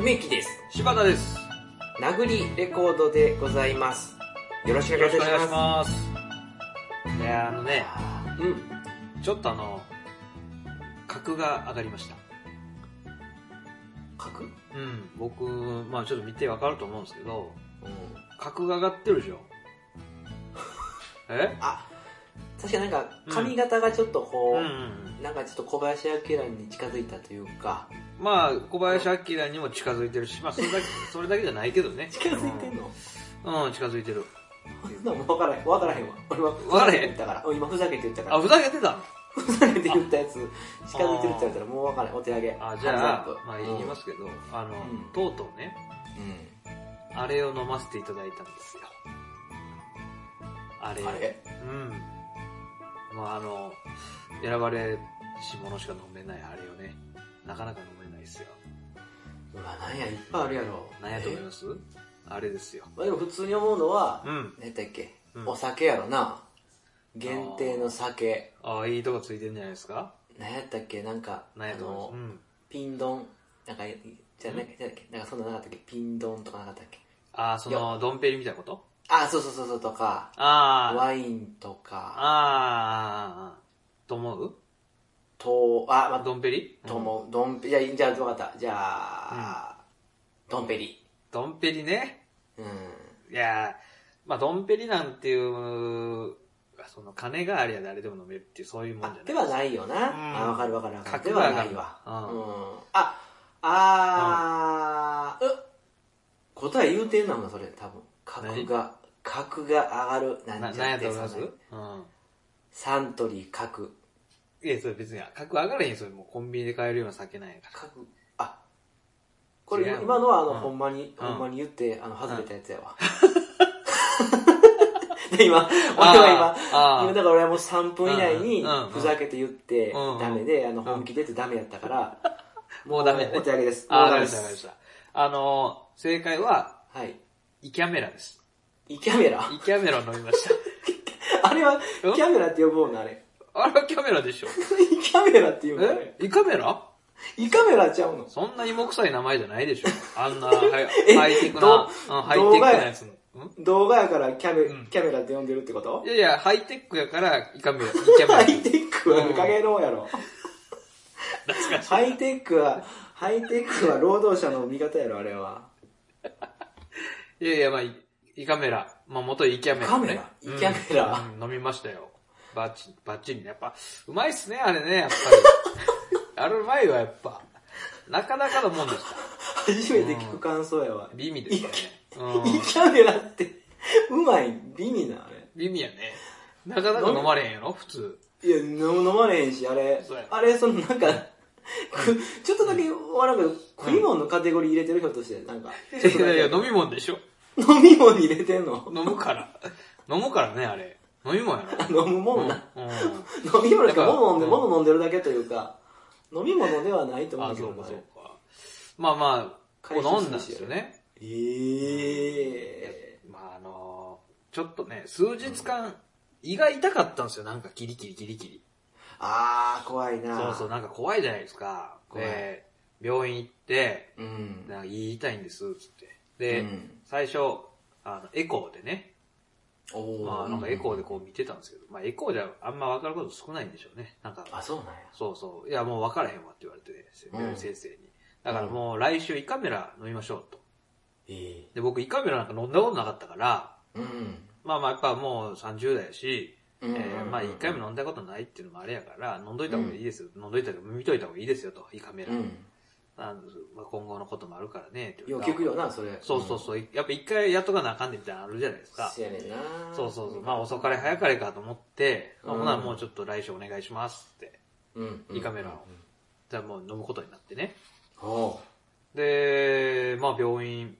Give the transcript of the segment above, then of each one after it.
梅木です。柴田です。殴りレコードでございます。よろしくお願いいたします。ます。いや、あのね、うん。ちょっとあの、格が上がりました。書くうん。うん。僕、まあちょっと見てわかると思うんですけど、格が上がってるでしょ。えあ、確かなんか髪型がちょっとうんうこんうう、ん。なんかちょっと小林明に近づいたというか、まあ小林明にも近づいてるし、まあそれだけ、それだけじゃないけどね。近づいてんののうん、近づいてる。そ んなもん分からへん、分からへんわ。俺は分からへんだから、うん今ふざけて言ったからあ、。ふざけてたふざけて言ったやつ、近づいてるって言われたらもう分からへん。お手上げ。あ、じゃあハンズアップ、まあ言いますけど、あの、うんとうとうね、うあれを飲ませていただいたんですよ。あれ。ん。あれうん。まああの、選ばれし者しか飲めないあれをね、なかなか飲めないですよ。うわ、なんや、いっぱいあるやろ。何やと思いますすあれですよ。まあでも普通に思うのは、うん。何やったっけ、うんお酒やろな限定の酒ああ、いいとこついてるんじゃないですか何やったっけなんか何やあと思のいます。ピンドンなんかじゃあなんかじゃあなんかそんななかったっけピンドンとかなかったっけああ、その、ドンペリみたいなことあそうそうそうそうとかあワインとあ、かああ、と思うとあまあドンペリともドンペじゃあじゃあ分かったじゃあ、ドンペリドンペリね。うんいやー、まあドンペリなんていう、その金がありゃ誰でも飲めるっていう、そういうもんあじゃないではないよな、んあ分かる分かる分かるで格がは上がなるいわううんん、ああー、う答え言うてんのもそれ多分格が格が上がるななんちなんゃやっとて思いますそんなうん。サントリー格いや、それ別に、格上がれへん、それもうコンビニで買えるような酒なんやから。格あこれ違う今のはあの、うんほんまに、うんほんまに言ってあの外れたやつやわ、 で今俺は今今あだから俺はもう3分以内にうんうんうんふざけて言ってうんダメで、あの本気で言ってダメやったから、あ、もうダメねお。手上げですああ、もうわダかりメまでした、わかりますした。あのー、正解は、はいイキャメラです。イキャメラ イキャメラ飲みました。 あれは、キャメラって呼ぼうな、あれ。 あれはキャメラでしょ。キャメラって言うのあれえイカメライカメラちゃうのそんな芋臭い名前じゃないでしょ。あんな、 はいハイテクな、うんハイテ動ク画なややつの。ん動画やからキャメ、うんキャメラって呼んでるってこといやいや、ハイテクやから、イ カメラ、イキャハメラ。イテックはうん影のやろ。ハイテックは、ハイテックは労働者の味方やろ、あれは。いやいや、まあ、イイカメラ。まあ、元イキャメラ、ね。イカメライキャメラうんうん飲みましたよ。バッチリ、バッチリね。やっぱ、うまいっすね、あれね、やっぱ り。あれうまいわ、やっぱ。なかなかのもんでし初めて聞く感想やわた。。美味ですね。イうん。キャメラって、うまい、美味な、あれ。美味やね。なかなか飲まれへんやろ、普通。いや、飲飲まれへんし、あれそうや、あれ、そのなんか、くちょっとだけ、なんか、食い物のカテゴリー入れてるひょっとして、なんか、いちょっとだやけいや、飲み物でしょ。飲み物入れてんの飲むから。飲むからね、あれ。飲み物やろ。飲むもんな。うん。飲み物しかだから物飲んで、うん物飲んでるだけというか、飲み物ではないと思うあ、けそどうか、な。そうか。まあまあ、こ回う収す飲んだるんでしすよね。ええまああのちょっとね、数日間、胃が痛かったんですよ、なんかキリキリキリキリ。あー、怖いなそうそう、なんか怖いじゃないですか。怖いで、病院行って、うん。なんか胃痛いんです、つって。うで、ん、最初、あの、エコーでね、おーまあなんかエコーでこう見てたんですけど、まあエコーじゃあんま分かること少ないんでしょうね。なんか、あ、そうなんや。そうそう、いやもう分からへんわって言われて、うん先生に。だからもう来週胃カメラ飲みましょうと。えで、僕胃カメラなんか飲んだことなかったから、えうん。まあまあやっぱもう30代やし、うんえーまあ一回も飲んだことないっていうのもあれやから、飲んどいた方がいいですよ。飲んどいた方が、見といた方がいいですよと、胃カメラ。うん。あのまあ、今後のこともあるからね、って言よわうれた聞くよな、それ。そうそうそう。やっぱ一回やっとかなあかんねんみたいなのあるじゃないですうん。か。せやねんなそうそうそう。まあ遅かれ早かれかと思って、まあうんほなもうちょっと来週お願いしますって。うん。胃カメラをうん。じゃあもう飲むことになってね。ほで、まあ病院、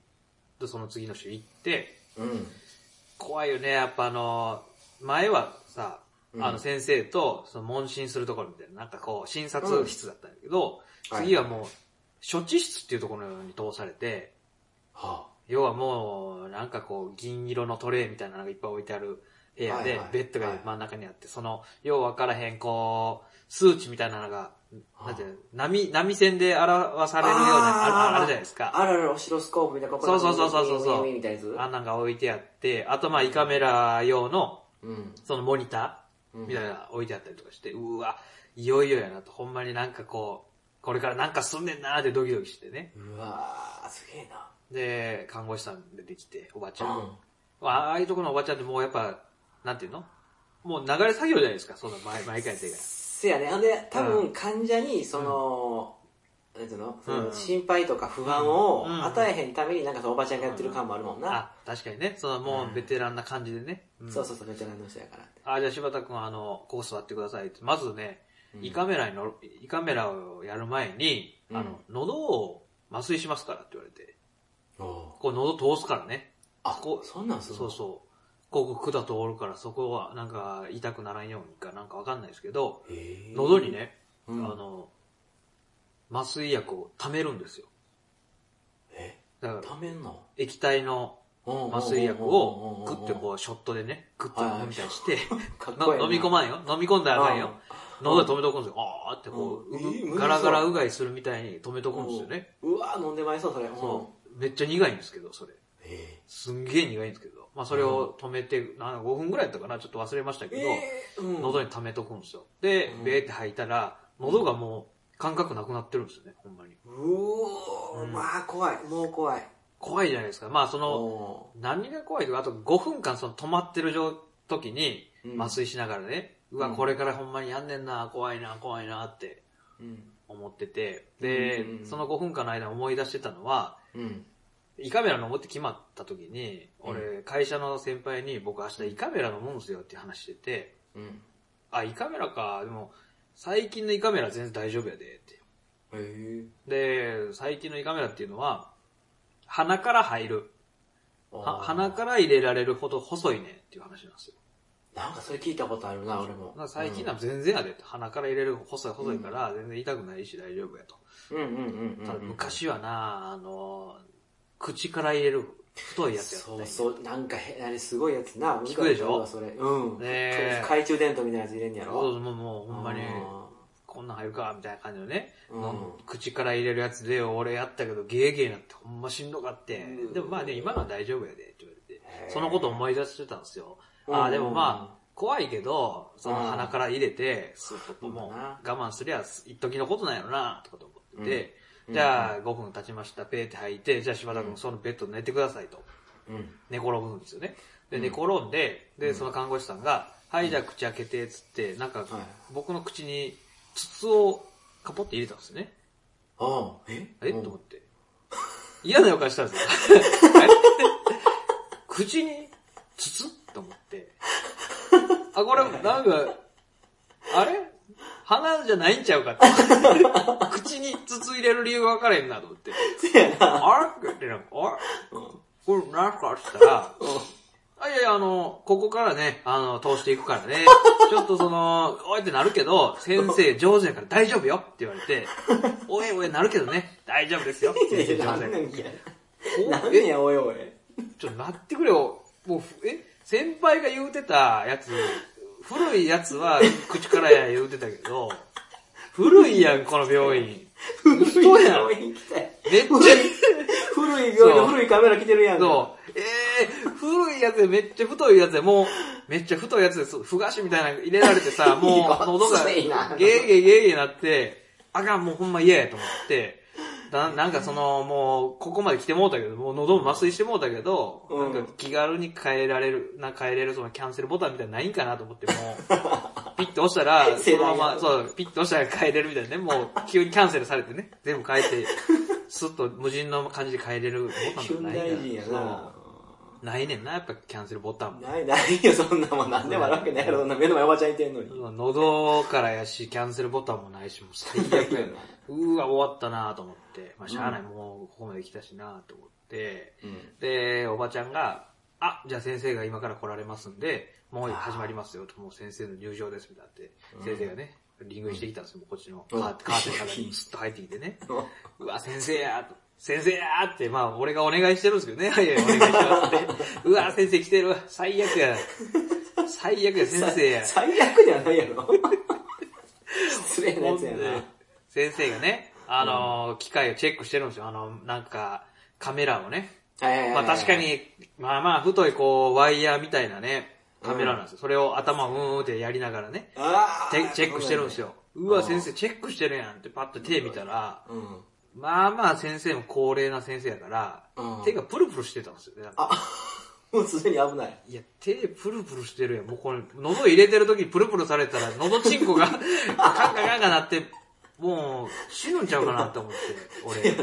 その次の週行って、う。うん。怖いよね、やっぱあの、前はさ、うんあの先生とその問診するところみたいな、なんかこう診察室だったんだけど、うん次はもう、処置室っていうところに通されて、は要はもう、なんかこう、銀色のトレイみたいなのがいっぱい置いてある部屋で、はいはいベッドが真ん中にあって、その、ようわからへん、こう、数値みたいなのが、なんていうの波、波線で表されるような、あああるじゃないですか。あるある、オシロスコープみたいな、ここそうそうそうそうそうウィンウィンウィンウィンみたいなやつあんなんが置いてあって、あとまあ胃カメラ用の、うん。そのモニターみたいなのが置いてあったりとかして、うわ、いよいよやなと、ほんまになんかこう、これからなんかすんねんなーってドキドキしてね。うわー、すげえな。で、看護師さん出てきて、おばちゃうんん。まあああいうところのおばちゃんってもうやっぱ、なんていうのもう流れ作業じゃないですか、そんな毎毎回やってるかせやね。あんで、多う分患者に、その、なんていうのそのうん心配とか不安をうん与えへんために、なんかそのおばちゃんがやってる感もあるもんら。な。あ、確かにね、そのもうベテランな感じでね。んそうそうそう、ベテランの人やからって。あ、じゃあ柴田くん、あの、こう座ってくださいって。まずね、うん胃カメラに乗る、胃カメラをやる前に、うんあの、喉を麻酔しますからって言われて、おうこう喉通すからね。あ、ここそんなんするそうそう。ここ管通るから、そこはなんか痛くならんようにかなんかわかんないですけど、う。へー喉に、ね、うんあの、麻酔薬を溜めるんですよ。え、だから、ためんの液体の麻酔薬をグッてこうショットでね、グッと飲みた りして、う、かっこええなの飲み込まんよ。飲み込んだらあかんよ。うん喉で止めとくんですよ。あーってこうんう、うぐえー無理そうガラガラうがいするみたいに止めとくんですよね。うわ飲んでまいそう、それ。そう。めっちゃ苦いんですけど、それ。うん。えすんげえ苦いんですけど。まあそれを止めて、なんか5分ぐらいやったかな、ちょっと忘れましたけえど、えうん喉に溜めとくんですよ。でう、んベーって吐いたら、喉がもう感覚なくなってるんですよね、ほんまに。うおうんまあ怖い、もう怖い。怖いじゃないですか。まあその、お何が怖いとか、あと5分間その止まってる状時にうん麻酔しながらね、うわ、うんこれからほんまにやんねんな、怖いな、怖いなってーうん。思ってて、で、うんうんうんその5分間の間思い出してたのは、うん。胃カメラ登って決まった時に、うん俺、会社の先輩に僕明日胃カメラ飲むんですよって話してて、うん。あ、胃カメラか、でも、最近の胃カメラ全然大丈夫やで、って。へえ。で、最近の胃カメラっていうのは、鼻から入る。はあー鼻から入れられるほど細いねっていう話なんですよ。なんかそれ聞いたことあるな、俺もだか。ら最近のは全然やでって、鼻から入れる細い細いから全然痛くないし大丈夫やと。うん。うんうんうんうん。ただ昔はな、あの、口から入れる太いやつやったんそやうそう、なんかへ、あれすごいやつな。聞くでし昔のょ人はそれ。うん。ねえ懐中電灯みたいなやつ入れんやそうそうろ。もうもうほんまに、あこんなん入るか、みたいな感じのね、ーうん。口から入れるやつで、俺やったけど、ゲーゲーなってほんましんどかって、うんでもまあね、今のは大丈夫やで、って言われて、へーそのこと思い出してたんですよ。うんああ、でもまあ、怖いけど、そのうん鼻から入れて、スッとそもううだ我な慢すりゃ、一時のことなんやろな、とかと思ってて、うんじゃあ5分経ちました、ペーって吐いて、じゃあ柴田君そのベッドで寝てくださいと。うん。寝転ぶんですよね。で、寝転んで、で、その看護師さんが、はい、じゃあ口開けて、つって、なんか、僕の口に筒をカポって入れたんですよね。ああ、ええうんと思って。嫌な予感したん ですよ。え口に筒と思って。あ、これ、なんか、あれ鼻じゃないんちゃうかって。口に筒入れる理由が分からへんなと思って。せやな。あれってなんか、あれこれ何かって言ったら、 あ、いやいや、あの、ここからね、あの、通していくからね、 ちょっとその、おいってなるけど、先生上手やから大丈夫よって言われ て、おえおえなるけどね、大丈夫ですよ。先生上手やから。んや。お何え、や、おいおい。ちょっと待ってくれよ。もう、え、先輩が言うてたやつ、古いやつは口からや言うてたけど、古いやん、この病院。古いそうやん病院来たよめっちゃ、古い病院そうの古いカメラ来てるやんか。そう。えー、古いやつでめっちゃ太いやつで、もう、めっちゃ太いやつで、そうふがしみたいなの入れられ てさ、もういいよ喉がつゲいーなゲーゲーゲーなって、あかん、もうほんま嫌やと思って、ななんかその、もう、ここまで来てもうたけど、もう喉も麻酔してもうたけど、うんなんか気軽に変えられる、な変えれるそのキャンセルボタンみたいなのないんかなと思って、 もう、ピッと押したら、そ世代のやまま、そう、ピッと押したら変えれるみたいなね、もう急にキャンセルされてね、全部 変えて、スッと無人の感じで変えれるボタンとヒュかンないんダだイ人やな。ないねんな、やっぱキャンセルボタンも。ないないよ、そんなもん。なんでもあるわけないやろ、そんな目の前おばちゃんいてんのに。喉からやし、キャンセルボタンもないし、もう最悪やな。うーわ、終わったなと思って。まあ、しゃあない、もうここまで来たしなと思って。で、おばちゃんが、あ、じゃあ先生が今から来られますんで、もう始まりますよと、もう先生の入場です、みたいなって。先生がね、リングインしてきたんですよ、もうこっちのカうんーカーテンからにスッと入ってきてね。 うわ、先生やと先生やーって、まあ、俺がお願いしてるんですけどね。 はいはい、お願いしますって。う わ、先生来てるわ。最悪や。最悪や、先生や。最悪じゃないやろ。先生がね、あの、機械をチェックしてるんですよ。あの、なんか、カメラをね。はいはいはいまあ確か。に、まあまあ、太いこう、ワイヤーみたいなね、カメラなんですよ。それを頭をうーんってやりながらね、あチェチェックしてるんですよ。よ。うわ、うん先生チェックしてるやんってパッと手見たら、うん。まあまあ先生も高齢な先生やからうん、手がプルプルしてたんですよね。なんかあ、もうすでに危ない。いや、手プルプルしてるやん。もうこれ、喉入れてる時にプルプルされたら、喉チンコがカンカンカンカンなって、もう死ぬんちゃうかなって思って、俺。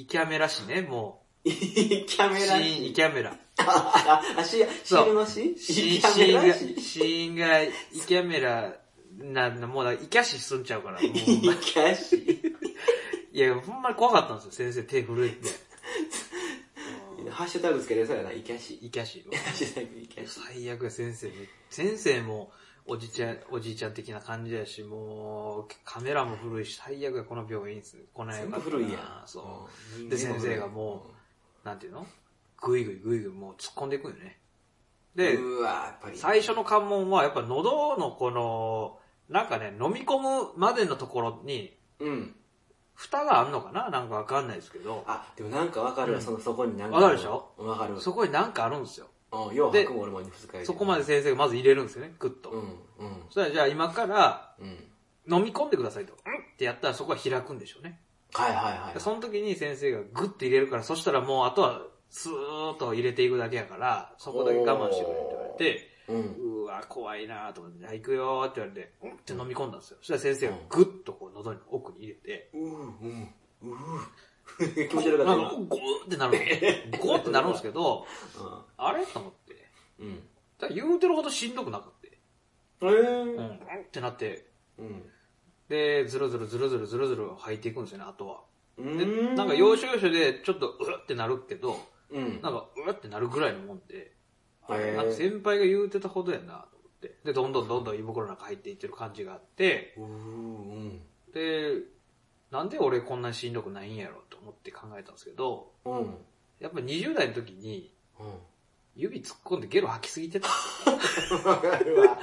イキャメラしね、もイキャう。メシラーン、イシ。キャメラ。あ、あ、あシシールのシイシキーン、ャメシーンラが、シイシーンがイキャメラ、なんだ、もうだ、イキャシすんちゃうから、もう。キャシ。いや、ほんまに怖かったんですよ、先生手震えて。ハッシュタグつけれそうやな、イキャシ。イキャシ。ハッシュタグイキャシ。最悪や、先生。先生も、おじいちゃん、おじいちゃん的な感じやし、もう、カメラも古いし、最悪や、この病院です。こない全よ部かった古いや。なんそうう。んで、先生がもう、なんていうのぐいぐいぐいぐいもう突っ込んでいくよね。で、うわやっぱり。最初の関門は、やっぱ喉のこの、なんかね、飲み込むまでのところに、うん。蓋があんのかななんかわかんないですけど、あ、でもなんかわかるわ、うんその、そこになんか。わかるでしょわかる。そこになんかあるんですよ。うん、よう吐くも俺も二日酔いでそこまで。先生がまず入れるんですよね、グッと。うん、うん、そしたらじゃあ今からうん。飲み込んでくださいと、うんってやったらそこは開くんでしょうね。はいはいはい。その時に先生がグッて入れるから、そしたらもうあとはスーッと入れていくだけやから、そこだけ我慢してくれって言われて、うん。うわ、怖いなと思って、じゃあ行くよーって言われて、うんって飲み込んだんですよ。そしたら先生がグッとこう喉の奥に入れて、うーうん、うー気持ち悪かなんっかゴーってなるんですよ。ゴーってなるんですけど、た今。あれと思って。うん。だから言うてるほどしんどくなくて。えうん、うーんってなって、うん。で、ずるずるずるずるずるずる吐いていくんですよね、あとは。うんで、なんか要所要所でちょっとうるってなるけど、うん。なんかうるってなるぐらいのもんで、あへれーなんか先輩が言うてたほどやなと思って。で、どんどんどんどん胃袋の中入っていってる感じがあって、うーうん。で、なんで俺こんなにしんどくないんやろと思って考えたんですけど、うん。うん。 やっぱ20代の時に指突っ込んでゲロ吐きすぎてた。わかるわ。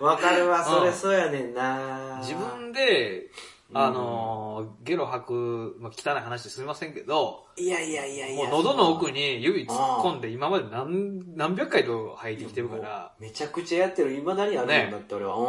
わかるわ、それうんそうやねんな自分で、あのーゲロ吐く、まあ、汚い話ですみませんけど、いやいやいやいもうや。喉の奥にに指突っ込んで今まで何何百回と吐いてきてるから、。めちゃくちゃやってる、未だにあるんだって俺は。うん。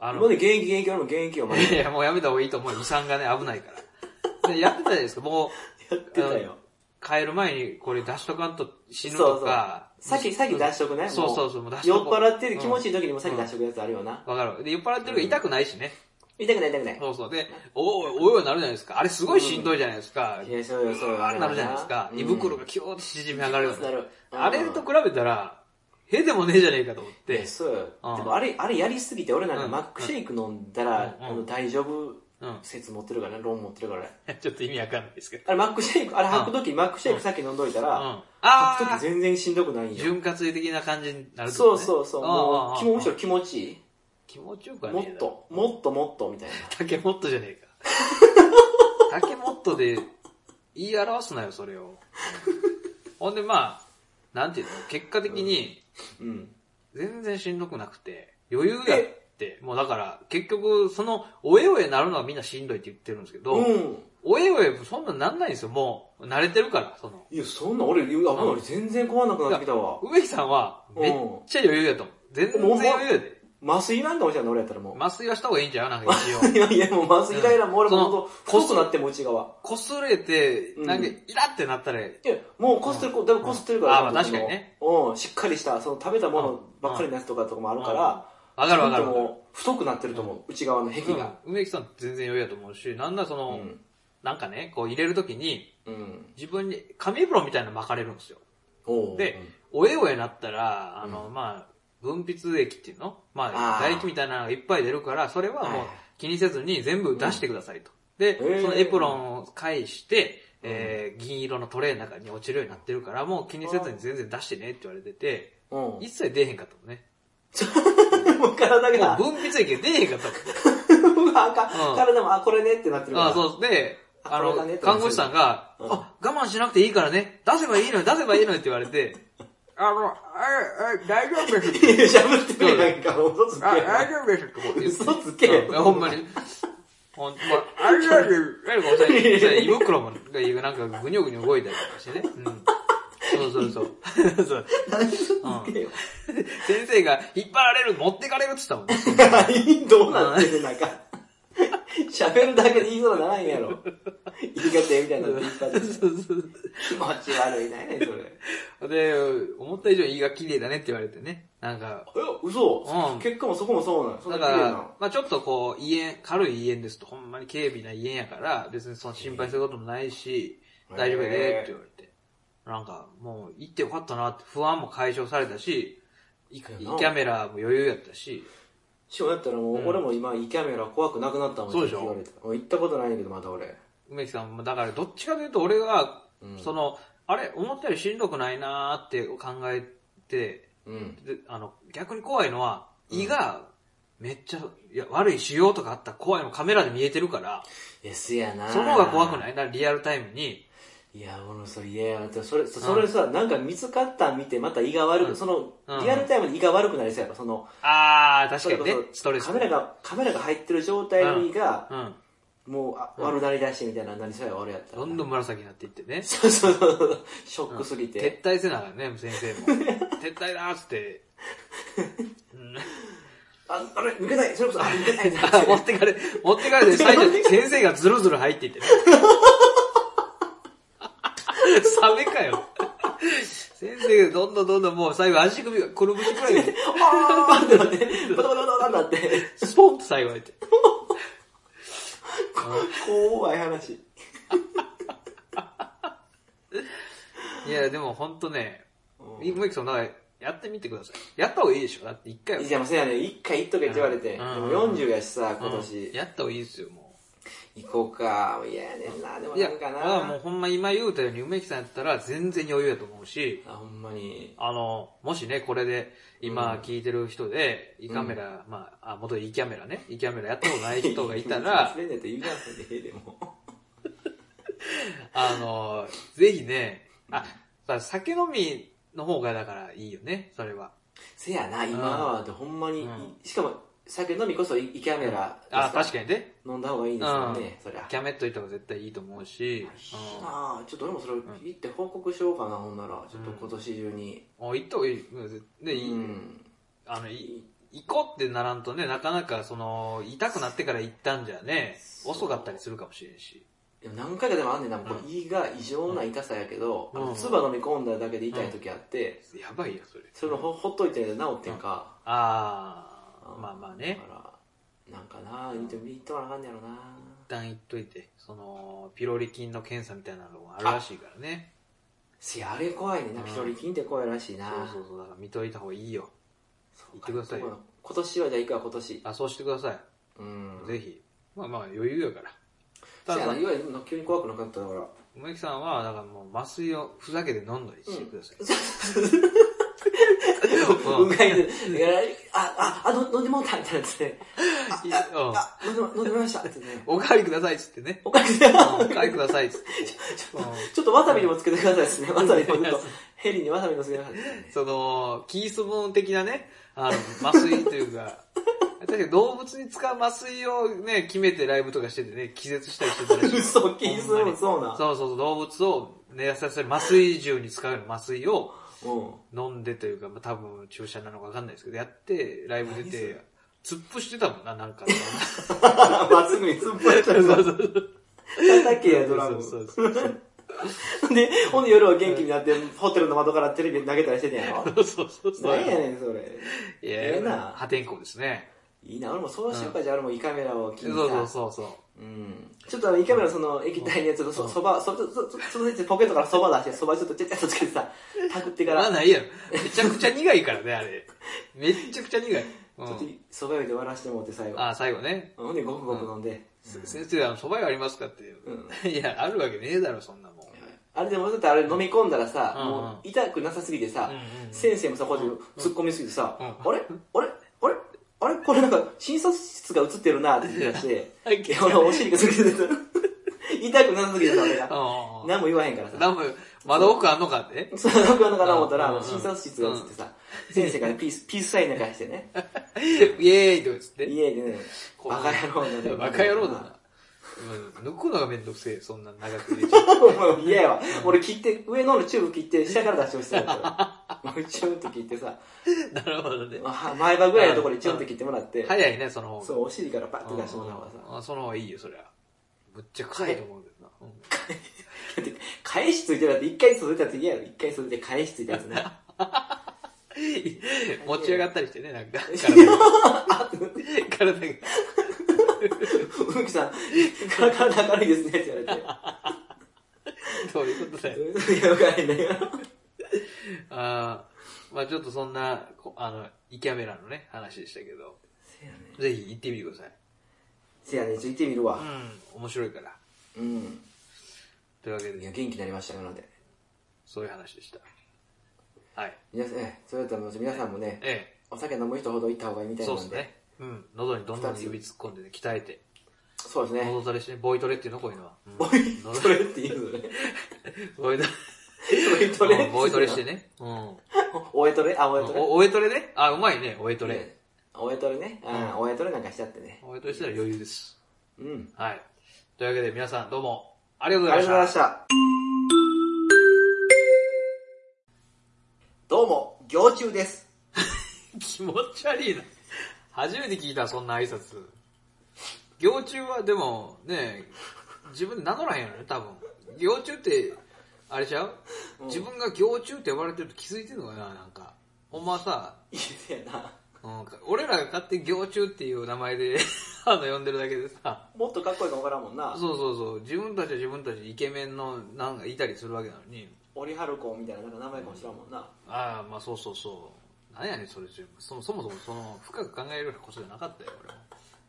あの今まで現役現役俺も現役よ、まだ。 いや、もうやめた方がいいと思う。遺産がね、危ないから。でやってたじゃないですか、もう、やってたよ。帰る前にこれ出しとかんと死ぬとか。さっき、さっき出しとくね。そうそうそうももうう出し酔とっこう払ってる気持ちいい時にもさっき出しとくやつあるよな。わかる。で、酔っ払ってるから痛くないしね。痛くない痛くない。そうそう。で、おおいおいおいなるじゃないですか。あれすごいしんどいじゃないですか。いや、そうよ、そうよ、あれなるじゃないですか。胃袋がキューッと縮み上がるようなるな。あれと比べたら、へでもねえじゃねえかと思っで、て。そうよ。うんでもあれ、あれやりすぎて、俺なんかうんマックシェイク飲んだら、うんあの大丈夫うん。説持ってるからね、論持ってるからね。ちょっと意味わかんないですけど。あれマックシェイク、あれ吐くときマックシェイクさっき飲んどいたうん。ら、あ吐くとあき全然しんどくないんよ。潤滑油的な感じになるってそこうとねそうそう。ああもあう、あ気持ちより気持ちいい。気持ちよくはもねえっだろと、もっともっとみたいな。竹モットじゃね えか。竹モットで言い表すなよ、それを。ほんでまあ、なんていうの、結果的にうん。全然しんどくなくて、余裕だって、もうだから結局その、おえおえなるのはみんなしんどいって言ってるんですけど、うん。おえおえそんなんなんないんですよ、もう慣れてるから、その。いや、そんな俺、言うあ、俺全然怖なくなってきたわ。植木さんはめっちゃ余裕やと思う。全然余裕やで。麻酔なんかもしれない、俺やったらもう。麻酔はした方がいいんちゃうなんか一応。 いやいや、もう麻酔イライラ、もう俺もうんほんと、その細くなっても内側。こすれて、なんかうイラってなったら、いや、もうこすってる、だいぶこすってるかうんら。あまあ確かにねうん、しっかりした、その食べたものばっかりのやつとかとかもあるから、わかるわかるちわょっかとる。もう太くなってると思う、内側の壁が。うん梅木さん全然余裕やと思うし、なんだその、うんなんかね、こう入れるときに、うん。自分に紙風呂みたいなの巻かれるんですよ。おうで、おえおえなったら、あの、まあ、分泌液っていうのまあ、あー唾液みたいなのがいっぱい出るから、それははいもはうい気にせずに全部出してくださいと。で、へーそのエプロンを返して、えー銀色のトレーの中に落ちるようになってるから、もう気にせずに全然出してねって言われてて、うん。も一切出えへんかったもんね。う体もがう、分泌液が出えへんかったもん。あかうん体も、あ、これねってなってるから。あそう。で、ああのこれだね、と看護師さんが、うんあ、我慢しなくていいからね、出せばいいのに、出せばいいのにって言わ れて、あの、あ、あ、大丈夫です。いや、しゃぶってるやんか、嘘つけあ、や大丈夫です。とこう言って嘘つけうんほんまに。ほん、まあ、あれあれ、あれごめんなさいそれ胃袋も、なんかぐにょぐにょ動いたりとかしてね。うん。そうそうそう。 そう何すんげよ。先生が引っ張られる、持ってかれるって言ったも んね。どうなってるなんか。喋るだけで言いそうならないんやろ。言い方みたいなのっていっぱいあるそうそう気持ち悪いね、それ。そう。で、思った以上胃が綺麗だねって言われてね。なんか、え、嘘、うん結果もそこもそうなの。そんだなか綺麗ならの。、まあちょっとこう、胃炎、軽い胃炎ですと、ほんまに軽微な胃炎やから、別にその心配することもないし、へー大丈夫やでって言われて。なんか、もう、行ってよかったなって、不安も解消されたし、胃胃キやなャメラも余裕やったし、しょうやったらもう、うん俺も今、イキャメラ怖くなくなったもんそうでしょ言われたもう行ったことないんやけど、まだ俺。梅木さんも、だからどっちかというと俺は、うんその、あれ、思ったよりしんどくないなーって考えて、うん。であの、逆に怖いのは、胃が、めっちゃ、いや、悪い腫瘍とかあったら怖いのカメラで見えてるから、え、すやなその方が怖くいないだからリアルタイムに、いや、俺それ嫌やな。でもそれ、そそれさ、なんか見つかったん見て、また胃が悪く、うんその、うんリアルタイムで胃が悪くなりそうやろ、その、あー、確そかれにこねそ、ストレス。カメラが、カメラが入ってる状態の胃が、うん。もう、あうん悪なりだしてみたいな、なりそうやわ俺やったら。どんどん紫になっていってね。そうそうそう、ショックすぎ撤て。退せながらね、先 生も。撤退だーっつって。 うんあ、あれ、抜けない、それこそ、あ、抜けないってなって あ持ってかれ、持って かれて、最初、先生がズルズル入っていってね。 サメかよ。先生がどんどんどんどんもう最後足首がくるぶしくらいで、あーってなって、バタバタバタバタってなって、スポンと最後入って。怖い話。いや、でもほんとね、うんムイクさんなんかやってみてください。やった方がいいでしょだって一回は。いや、もうせやね、一回行っとけって言われて、うんでも40やしさ、今うん年、やった方がいいですよ、もう。行こうか、もう嫌やねんな、でもいやなん、かだからもうな。ほんま今言うたように梅木さんやったら全然余裕やと思うし、あ、ほんまに。あの、もしね、これで今うん聞いてる人で、イカメラ、まあ、あ、元イキャメラね、イキャメラやったことな い人がいたら忘、れんねんと言いなさいでええでも。あの、ぜひね、あ、さ酒飲みの方がだからいいよね、それは。せやな、今は、ほんまに、うんしかも、酒飲みこそイキャメラですあ、確かかにね、飲んだ方がいいですよね、そりゃ。キャメっといた方が絶対いいと思うし、うんああ、ちょっと俺もそれ行って報告しようかな、ほんなら。ちょっと今年中に。お、行った方がいい。で、いうん。あの、い行こうってならんとね、なかなかその、痛くなってから行ったんじゃね、遅かったりするかもしれんし。でも何回かでもあんねんな、こうれ胃が異常な痛さやけど、うんあの唾飲み込んだだけで痛い時あって、やばいよ、それ。それをほほっといて治ってんか。あー、まあまあねだ。から、なんかな、見てみとらなあかんねやろな。一旦言っといて、その、ピロリ菌の検査みたいなのがあるらしいからね。せや、あれ怖いね。なんか一人きりって怖いらしいそうな。そうそう、だから見といた方がいいよ。そう行ってくださいよ今年はじゃあ行くわ、今年。あ、そうしてください。うん。ぜひ。まあまあ、余裕やから。せたやだな、、いわゆる急に怖くなかったから。梅木さんは、だからもう、麻酔をふざけて飲んだりしてください。うがいで、あ、あ、あ、の飲んでもうたみたいなやつで、いやうんあ、飲んでも飲んでもらいましたってね。おかわりくださいっつってね。おかげで、おかわりくださいっつって。うんちょっとわさびにもつけてくださいですね。わさびもちょっと、ヘリにわさびのつけてくださいですね。その、キースボーン的なね、あの、麻酔というか、確かに動物に使う麻酔をね、決めてライブとかしててね、気絶したりしてたらしい。嘘、気にするもそうな。そうそうそう、動物を寝やさせる麻酔銃に使うような麻酔をうん。 飲んでというか、まあ、多分注射なのかわかんないですけど、やって、ライブ出何それて、突っ伏してたもんな、なんか。そまっすぐに突っ張っちゃうそうう。そう。叩けや、ドラム。そうそうそうで、ほんで夜は元気になって、ホテルの窓からテレビ投げたりしてんやろ。そうそうそう。なんやねん、それ。いやええな破天荒ですね。いいな、俺もそうしようか、じゃあ俺も胃カメラを切そにうさ。そうそうそう。うんちょっとあの、イカメラその液体のやつとそ、そば、そ、そ、そ、そ、そのやつポケットからそば出して、そばちょっとちゃちゃっとつけてさ、パクってかあ、ら、ないやろ。めちゃくちゃ苦いからね、あれ。めっちゃくちゃ苦い。うそっん、ち、そば湯で終わらしてもらって最後。あ、最後ね。ほんで、ごくごく飲んで。先生、あの、蕎麦屋ありますかって。ういや、あるわけねえだろ、そんなもん。あれでも、だってあれ飲み込んだらさ、うんうんもう痛くなさすぎてさ、うんうん先生もさ、こうやって突っ込みすぎてさ、うんあれあれあれあれこれなんか、診察室が映ってるなって言い出 して、いや俺お尻がすぎてた。痛くなさすぎてさ、俺が。あ何も言わへんからさあ。。なんも、まだ奥あんのかってその僕のかな思ったら、うんうん診察室が映ってさ、先生がピース、ピースサインなんかしてね、イエーイとか言って。家でね、こうバカ野郎だね。バカ野郎だな。うん抜くのがめんどくせえ、そんな長く入れちゃう。 もう嫌やわ。俺切って、上ののチューブ切って、下から出してほしいやったら。もうチューンと切ってさ、なるほどね。まあ前歯ぐらいのところにチューンと切ってもらって、早いね、その方が。そう、お尻からバッて出してもらうわさ。あその方がいいよ、そりゃ。むっちゃ臭いと思うけどな。だって返しついてるやつ、一回袖たやつ嫌やろ。一回袖で返しついたやつね。うん 持ち上がったりしてね、な んか。体が。体が。うきさん、体明るいですねって言われて。そういうことだどうよ。 いうことよくないんだよ。あーまあちょっとそんな、こあの、イキャメラのね、話でしたけど、せやね。ぜひ行ってみてください。せやね、ちょっと行ってみるうわ。ん、面白いから。うん。というわけいで、や、元気になりましたので。そうそういう話でした。はい。皆さん、ええそれだったらもう皆さんもね、えお酒飲む人ほど行った方がいいみえ、たいそなうんでで。すね。うん、喉にどんどん指突っ込んでね、鍛えて。そうですね。喉トレしてね、ボイトレっていうのこういうのは。うんボイトレって言うのね。ボイトレ。ボイトレ。 ボイトレして。ね。うん。おえとれあ、おえとれ。お、おえとれね。あ、うまいね、おえとれ。ねおえとれね。あーおえとれなんかしちゃってね。おえとれしたら余裕です。うん。はい。というわけで皆さんどうもありがとうありごがとございざいうましたまし。た。どうも、行中です。気持ち悪いな。初めて聞いた、そんな挨拶。行中はでもね、自分で名乗らへんよね、多分。行中って、あれちゃう、うん自分が行中って呼ばれてると気づいてんのかな、なんか。ほんまさ、いいですやな。うん、俺らが勝手に行中っていう名前で あの呼んでるだけでさ。もっとかっこいいかもわからんもんな。そうそうそう、自分たちは自分たちイケメンのなんかいたりするわけなのに、オリハルコンみたいななんか名前かもしれんもんな。ああ、まあそうそうそう。なんやねん、それ全部。そもそもそもその、深く考えるようなことじゃなかったよ、俺も。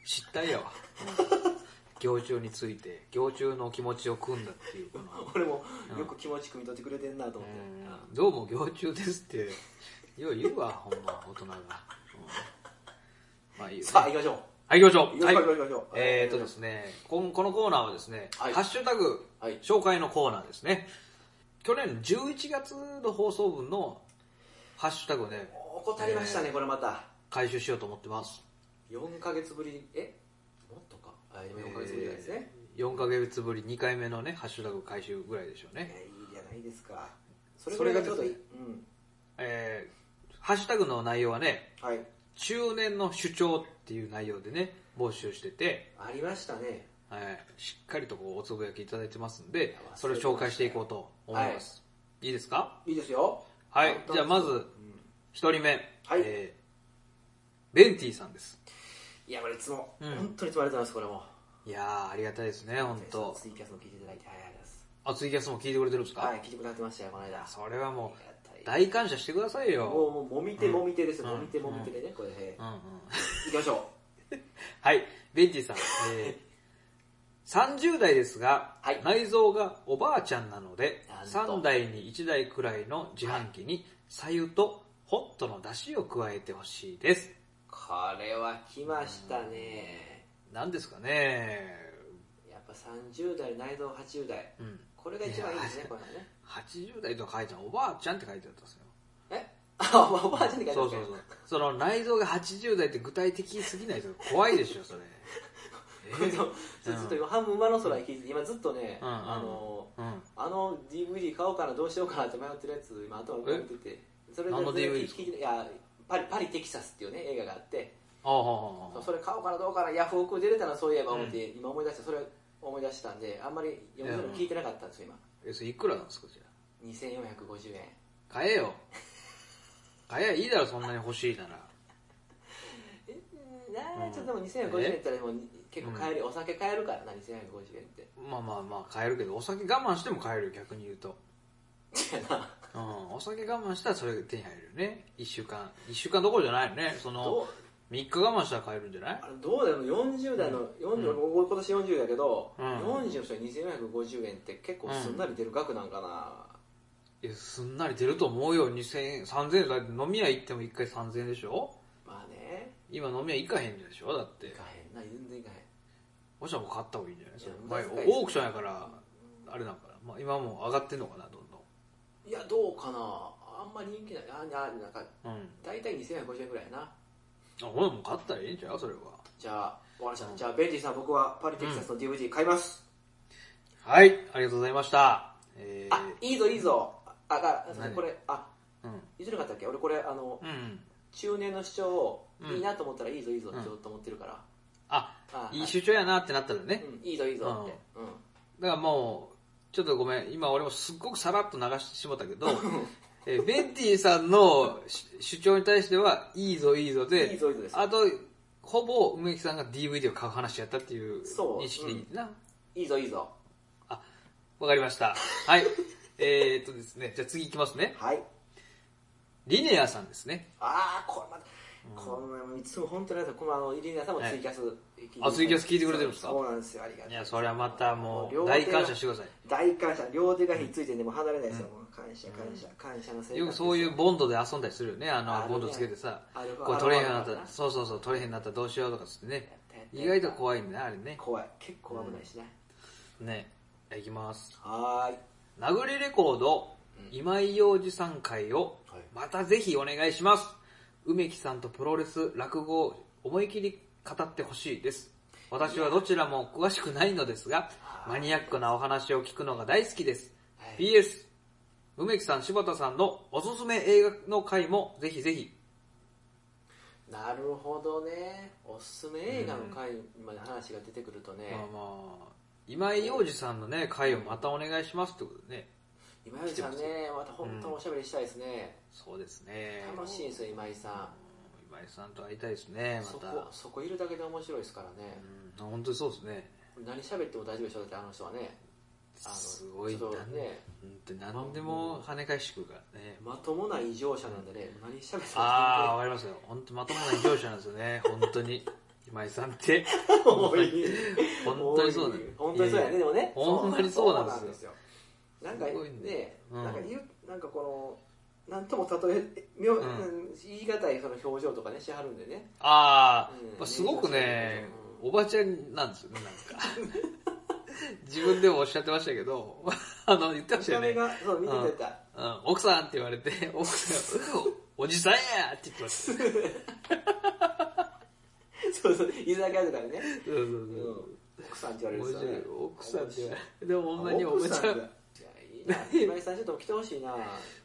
失態 やわ。うん行中について、行中の気持ちを組んだっていう、この、俺もよく気持ち汲み取ってくれてんなと思って。うんどうも行中ですって、よう言うわ、ほんま、大人が。うんまあいいよ、ね。さあ、行きましょはい、行きましょう。う。は行いきましょう、。行きましょう。えーとですね、こんこのコーナーはですね、はいハッシュタグ、はい紹介のコーナーですね。去年の11月の放送分のハッシュタグをね、怠りましたね、これまた。回収しようと思ってます。 4ヶ月ぶりに、えもっとか。あ、今4ヶ月ぶりですね。えー4ヶ月ぶり2回目のね、ハッシュタグ回収ぐらいでしょうね。えーいいじゃないですか。それぐらいがちょうどいい。うん。えーハッシュタグの内容はね、はい。中年の主張っていう内容でね、募集してて、ありましたね。はいしっかりとこうおつぶやきいただいてますんでや、それを紹介していこうと思います。い、いですかいいですよ。はいあ。じゃあまず、一人目。はいえーベンティさんです。いや、これいつも、うん本当にいつもありがとうございます、これも。いやー、ありがたいですね、本当ツイキャスも聞いていただいて、はい、ありがとうございます。あ、ツイキャスも聞いてくれてるんですかはい、聞いてくださってましたよ、この間。それはもありう、がたい大感謝してくださいもよ。う、もう、もみ手もみ手ですよ、うもんみ手もみ手でね、これで。うんうん。行きましょう。はい、ベンティさん。えー30代ですが、はい内臓がおばあちゃんなので、なんと3台に1台くらいの自販機に、さゆとホットの出汁を加えてほしいです。これは来ましたね。なんですかねやっぱ30代、内臓80代。うん。これが一番いいですいね、やこれはね。 80代とか書いてあるおばあちゃんって書いてあったんですよ。えあ、おばおばあちゃんって書いてあそるうそう そう。その内臓が80代って具体的すぎないと怖いでしょ、 それ。えーそうずっと今、半分馬の空に聞いてて、今ずっとね、うんうんあの、うん。あの DVD 買おうかな、どうしようかなって迷ってるやつ、今頭に浮かべてて。それ何の DVD 全然聞いていや、パリ、パリ、テキサスっていうね、映画があって、ああ、ああああそれ買おうかな、どうかな、ヤフオクで出れたらそういえば思って、今思い出した、それ思い出したんで、あんまり読むの聞いてなかったんですよ、今。え、それいくらなんですか、じゃ2450円。あ。買えよ。買えばいいだろ、そんなに欲しいなら。えなあちょっとでも2450円やったらもう結構買える、お酒買えるからな2450円ってまあまあまあ、買えるけど、お酒我慢しても買えるよ、逆に言うと。うん、お酒我慢したらそれが手に入るよね。1週間。1週間どころじゃないよね。その、どう3日我慢したら買えるんじゃないあれどうだろう40代の、40俺今年40だけど、うん40の人に2450円って結構すんなり出る額なんかな、いや、すんなり出ると思うよ。2000円、3000円。だって飲み屋行っても1回3000円でしょまあね今飲み屋行かへんでしょだっいてか。へんな全然いかへもしはもう買った方がいいんじゃないそれいや難し前いオークションやから、あれなんかな。まあ今もう上がってんのかな、どんんいやどうかなあんまり人気ないああなんかどん。うん。大体2450円ぐらいやなあ、ほら、もう買ったらええんちゃうそれは。じゃあ、わかりました。じゃあ、ベンジーさん、僕はパリテキサスの DVD 買います。はい、ありがとうございました。えあ、いいぞ、いいぞ。あ、あ、あ何これ、あ、ー、うん。言ってなかったっけ俺これ、あの、うん。中年の主張をうんいいなと思ったらいいぞ、いいぞってうと思ってるから。あ、あいい主張やなってなったらね。うん、いいぞ、いいぞって。うん。だからもう、ちょっとごめん、今俺もすっごくさらっと流してしまった けど、えーベンティさんのし主張に対しては、いいぞいいぞで、いいぞいいぞですよあと、ほぼ梅木さんが DVD を買う話やったっていうそう認識でいいな。わ、いいぞ、いいぞ。かりました。 はい。えーっとですね、じゃあ次行きますね。はい。リネアさんですね。あー、これまた、この、いつも本当にありがとうこのあの、イリーナさんもツイキャス聞いてくれてるあツイキャス聞いてくれてるんですかそうなんですよ、ありがとう。いや、それはまたも両う、手大感謝してください。大感謝、両手がひっついてね、もう離れないですよ、もう感謝、感謝、感謝の生活ですよくそういうボンドで遊んだりするよね、ああるの、ねボンドつけてさある、これ取れへんようにあるなあっるたそうそうそう、取れへんようになったらどうしようとかつってねやったやっ。た意外と怖いんだね、あれね。怖い。結構危ないしね。ね、いきます。はーい。殴りレコード、今井洋二さん会をはい、またぜひお願いします。梅木さんとプロレス、落語を思い切り語ってほしいです。私はどちらも詳しくないのですが、マニアックなお話を聞くのが大好きです。はい PS、梅木さん、柴田さんのおすすめ映画の回もぜひぜひ。なるほどね。おすすめ映画の回まで話が出てくるとねまあ、まあ、今井洋二さんのね、回をまたお願いしますってことでね。今井さんね、また本当におしゃべりしたいですね。そうですね。楽しいんですよ、今井さ今井さんと会いたいですね、ん。まそこた。、そこいるだけで面白いですからね。うん、本当にそうですね。何喋っても大丈夫でしょ、だってあの人はね。あのすごいちょっとなんね、本当に何でも跳ね返してくるからね。まともな異常者なんでね、何喋っても全然ああ、わかりますよ。本当まともな異常者なんですよ ね、本当に。今井さんって。多い本当にそうだだよ本当にそうやいやねでいやもねほんまにそうなんですよそうよなんかすごいねねうんなんか言うなんかこのなんとも例え妙うん言い難いその表情とかねしはるんでねああ、うんやっぱすごくね、うおばちゃんなんですよね、なんか。 自分でもおっしゃってましたけど、 あの、言ってま見したよた目ね。がそう見てたうん、奥さんって言われて、奥さん、おじさんやって言ってまし た。そうそう居酒屋とかでねそうそううそんう。奥さんって言わ面れる白いね。奥さんって言われて、でもほんまにおば奥ちさんゃだん。いやいいな今井さんちょっと来てほしい な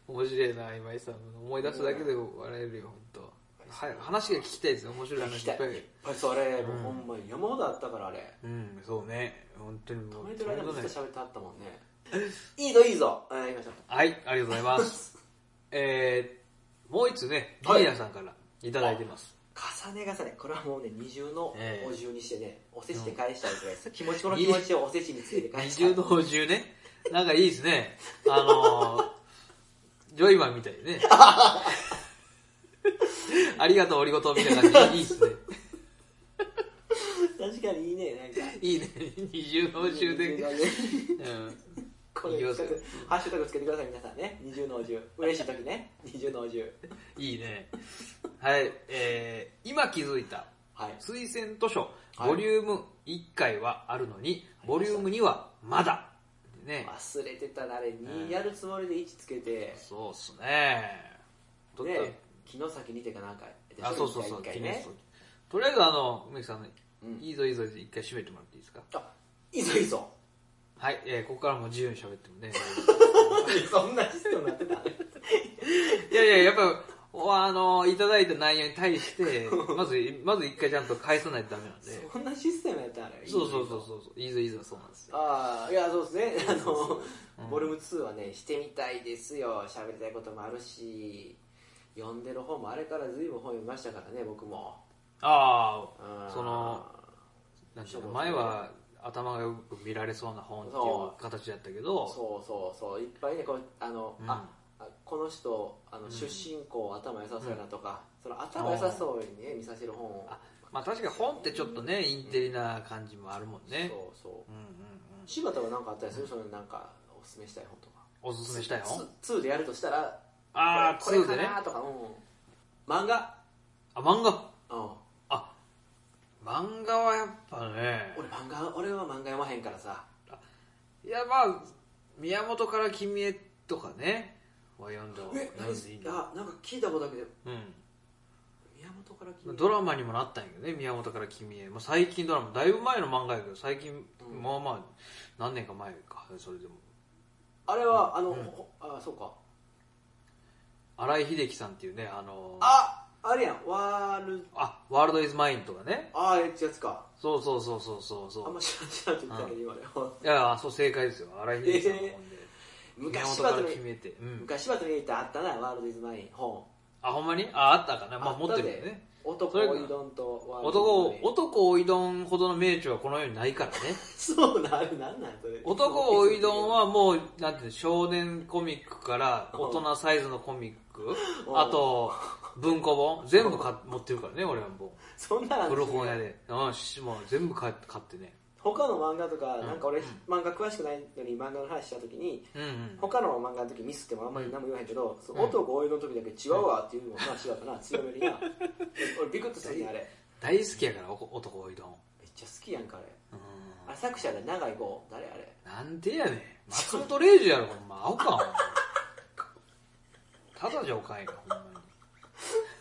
面白いな、今井さん。思い出すだけで笑えるよ、本当。はい、話が聞きたいですよ、面白い行き話いたっいぱい。いっぱいそうあれもうほんまに山ほどあったからあれうん、そうね。本当にも止う。めてる間もずっととんでもない喋ってはったもんねいいぞいいぞあ行きましょうはい、ありがとうござ います。えー、もう一つね、リはいーダーさんからいただいてます。重ね重ねこれはもうね二重のええお重にしてね、おせちで返したいぐらいです気持ちこの気持ちをおせちにつけて返二したい重の補充ね。なんかいいですね。あのー、ジョイマンみたいで ね。ありがとう、おりごとうみたいな感じ。いいですね。確かにいいねなんか いいね。二重の補充で。二重のうねん。これいきます近よくハッシュタグつけてください皆さんね二重のお重嬉しい時ね二重のお重いいね。はい。えー、今気づいたはい推薦図書、はいボリューム1回はあるのに、ボリューム2はまだ。ね。忘れてたなあれ2やるつもりで1つけて、そうっすね。とっね木の先にてかなんかたあ、そうそうそう。一回一回ね気にとりあえずあの、梅木さん、うんいいぞいいぞって一回閉めてもらっていいですかあいいぞいい ぞはい、えーここからも自由に喋ってもね。そんなシステムになってたいやいや、やっぱ、おあの、いただいた内容に対して、 まず、まず一回ちゃんと返さないとダメなん で。そんなシステムやったんあれそうそうそうそうそう。いいぞいいぞ、そうなんですよ。ああいやそうですねあそうそのううんボリューム2はねしてみたいですよ喋りたいこともあるし読んでる本もあれからずいぶん本読みましたからね僕もあうんあ、その、なんていうの前は頭がよく見られそうな本っていう形だったけど、そうそうそういっぱいねこうあの、うんああこの人あのん出身校頭良さそうやなとか、その頭良さそうにね見させる本をあまあ確かに本ってちょっとね、インテリな感じもあるもんね。そうそううんうんうん。柴田は何かあったりするそのなんかおすすめしたい本とかおすすめしたい本ツー2でやるとしたらああ、これ2これでかね。なとか、うん、漫画あ、漫画。うんあ、漫画はやっぱね、俺漫画俺は漫画読まへんからさいやまあ、宮本から君へとかね、は読んだ、え読んでいいんだ。あなんか聞いたことだけどうん。宮本から君ドラマにもなったんやけどね、宮本から君へ。まあ、最近ドラマ、だいぶ前の漫画やけど、最近、うんまあまあ、何年か前か、それでも。あれは、あの、うんほあ、そうか。荒井秀樹さんっていうね、あの、あ、あれやん、ワール、あワールドイズマインとかね。あー、えっやつか。そうそうそうそうそうそあんうま。知らん知らんって言ったけど、今ね。いや、そう正解ですよ。荒井秀樹さんの本で。宮昔本はかとらね決めて。うん。昔はとね、あったな、ワールドイズマイン、本。あ、ほんまにあ、あったかな。まあ、あ持ってるよね。男おいどんとワール男ドイ、をズマイン。男おいどんほどの名著はこの世にな いからね。そうな、あれなんなんそれ。男おいどん、はもう、なんていうの少年コミックから大人サイズのコミックう、んあと、文庫 本、全部買っ持ってるからね、俺はもそんなう。ん古本屋で。うん、しもう全部買買ってね。他の漫画とか、んなんか俺、漫画詳しくないのに漫画の話した時に、うんうん。他の漫画の時ミスってもあんまり何も言わへんけど、そううん男おいどんの時だけ違うわっていうのも、まあ違うかな、強めにな。俺ビクッとするね、あれ。大好きやから、おこ男おいどん。めっちゃ好きやんか、あれ。うんあれ作者が長い子、誰あれ。なんでやねん。松本零士やろ、ほんま。青 か、ほんま。ただじゃおかんやから、ほんまに。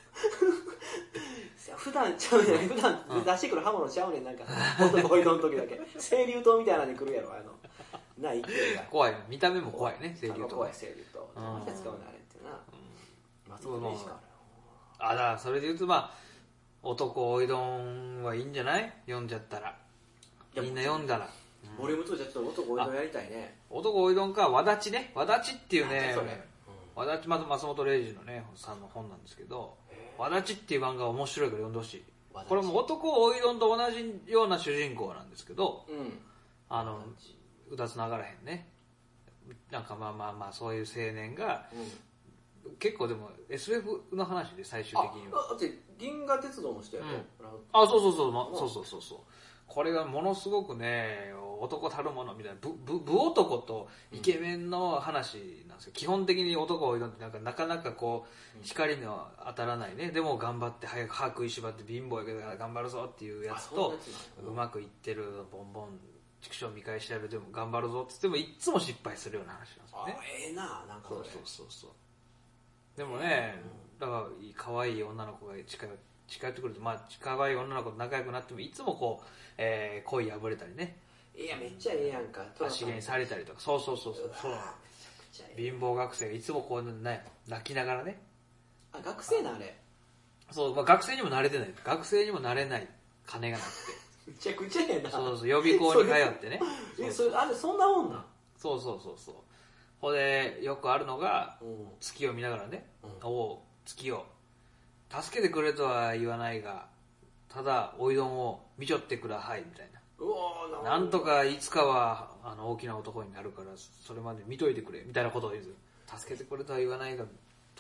いや普段ちゃうやん、普段出してくる刃物ちゃうねん、なんか、男おいどんの時だけ。清流刀みたいなんで来るやろ、あ の、な、勢いが。怖い。見た目も怖いね、清流と怖かい。清流とうん何で使うのあれってな松本零士かあ、だからそれで言うと、まあ、男おいどんはいいんじゃない読んじゃったら。いやみんな読んだら。ボリューム2じゃちょっと男俺のやりたいね男おいどんか、わだちね。わだちっていうねそ、れわだち、まず松本零士のね、さんの本なんですけど、わだちっていう漫画面白いから読んでほしいわだ。ちこれも男おいどんと同じような主人公なんですけど、うんあの、うだつながらへんね。なんかまあまあまあ、そういう青年が、結構でも SF の話で最終あ的には。だって銀河鉄道もしたよねあ、そうそうそう、まそうそうそうそう。これがものすごくね、男たるものみたいな、ぶ、ぶ、ぶ男とイケメンの話なんですよ。基本的に男を追いどんってなんかなかなかこう、光の当たらないね。でも頑張って、早く歯食いしばって貧乏やけど頑張るぞっていうやつあそんとなやつな、うまくいってる、ボンボン、畜生見返してやる、でも頑張るぞって言ってもいっつも失敗するような話なんですよあね。ええななんかそそうれそうそうそうでもね、だから可愛い女の子が近寄近寄ってくるとまあ可愛い女の子と仲良くなってもいつもこう、えー、恋破れたりねいやめっちゃええやんか足毛にされたりとかそうそうそうそうそうなの貧乏学生がいつもこうね泣きながらねあ学生なあれそう、まあ、学生にも慣れてない学生にもなれない金がなくてめちゃくちゃええなそう そう予備校に通ってねえそれあれそんなもんなんそうそうそうそうほんでよくあるのがうん月を見ながらね、うんおお月を助けてくれとは言わないがただおいどんを見ちょってくだはいみたいなうわなんとかいつかはあの大きな男になるからそれまで見といてくれみたいなことを言う助けてくれとは言わないが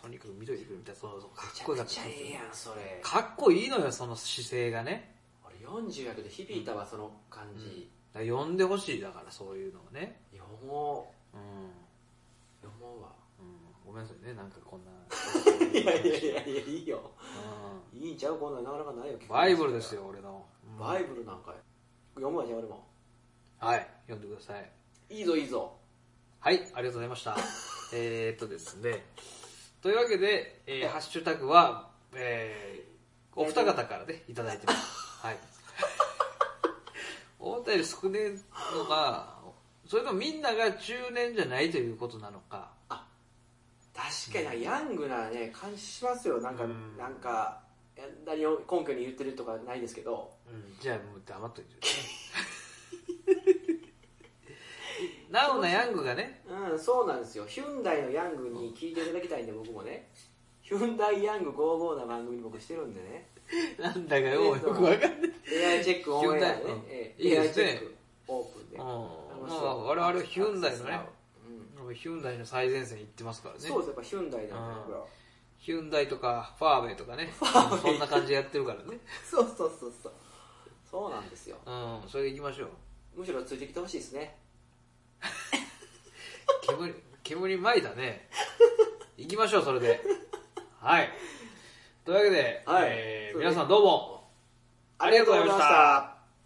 とにかく見といてくれみたいなそのかっこよめちかゃっくたちゃええやんそれかっこいいのよその姿勢がね俺40やけど響いたわその感じだから呼んでほしいだからそういうのをね読もうん、う読もうわうん、ごめんなさいねなんかこんな いやいやいやいやいいようんいいんちゃうこんなんなかなかないよバイブルですよ、俺の。うんバイブルなんかよ読むわじゃあ俺もはい、読んでください。いいぞいいぞはい、ありがとうございました。 えーっとですね。というわけで、えーハッシュタグは、えーお二方からね、いただいて ます。はい。思ったより少ねえのが、それともみんなが中年じゃないということなのか、確かになヤングなね感じしますよなんかうんなんかいや何を根拠に言ってるとかないですけどじゃあもう黙っといてください。なおなヤングがね、うんそうなんですよヒュンダイのヤングに聞いていただきたいんで僕もねヒュンダイヤング55な番組僕してるんでね なんだかようよくわかんない。 AI チェックオンエアでヒュンダイねうん、えいいえで AI すチねェックオープンで、うん面ま白いあ、我々はヒュンダイのね、うんヒュンダイの最前線行ってますからね。そうですやっぱヒュンダイなんだうん僕らはヒュンダイとか、ファーウェイとかね。そんな感じでやってるからね。そうそうそうそうそうなんですようん、それで行きましょう。むしろついてきてほしいですね煙、煙巻いたね。行きましょう、それで。はい。というわけで、はいえーそうね皆さんどうも、ありがとうございました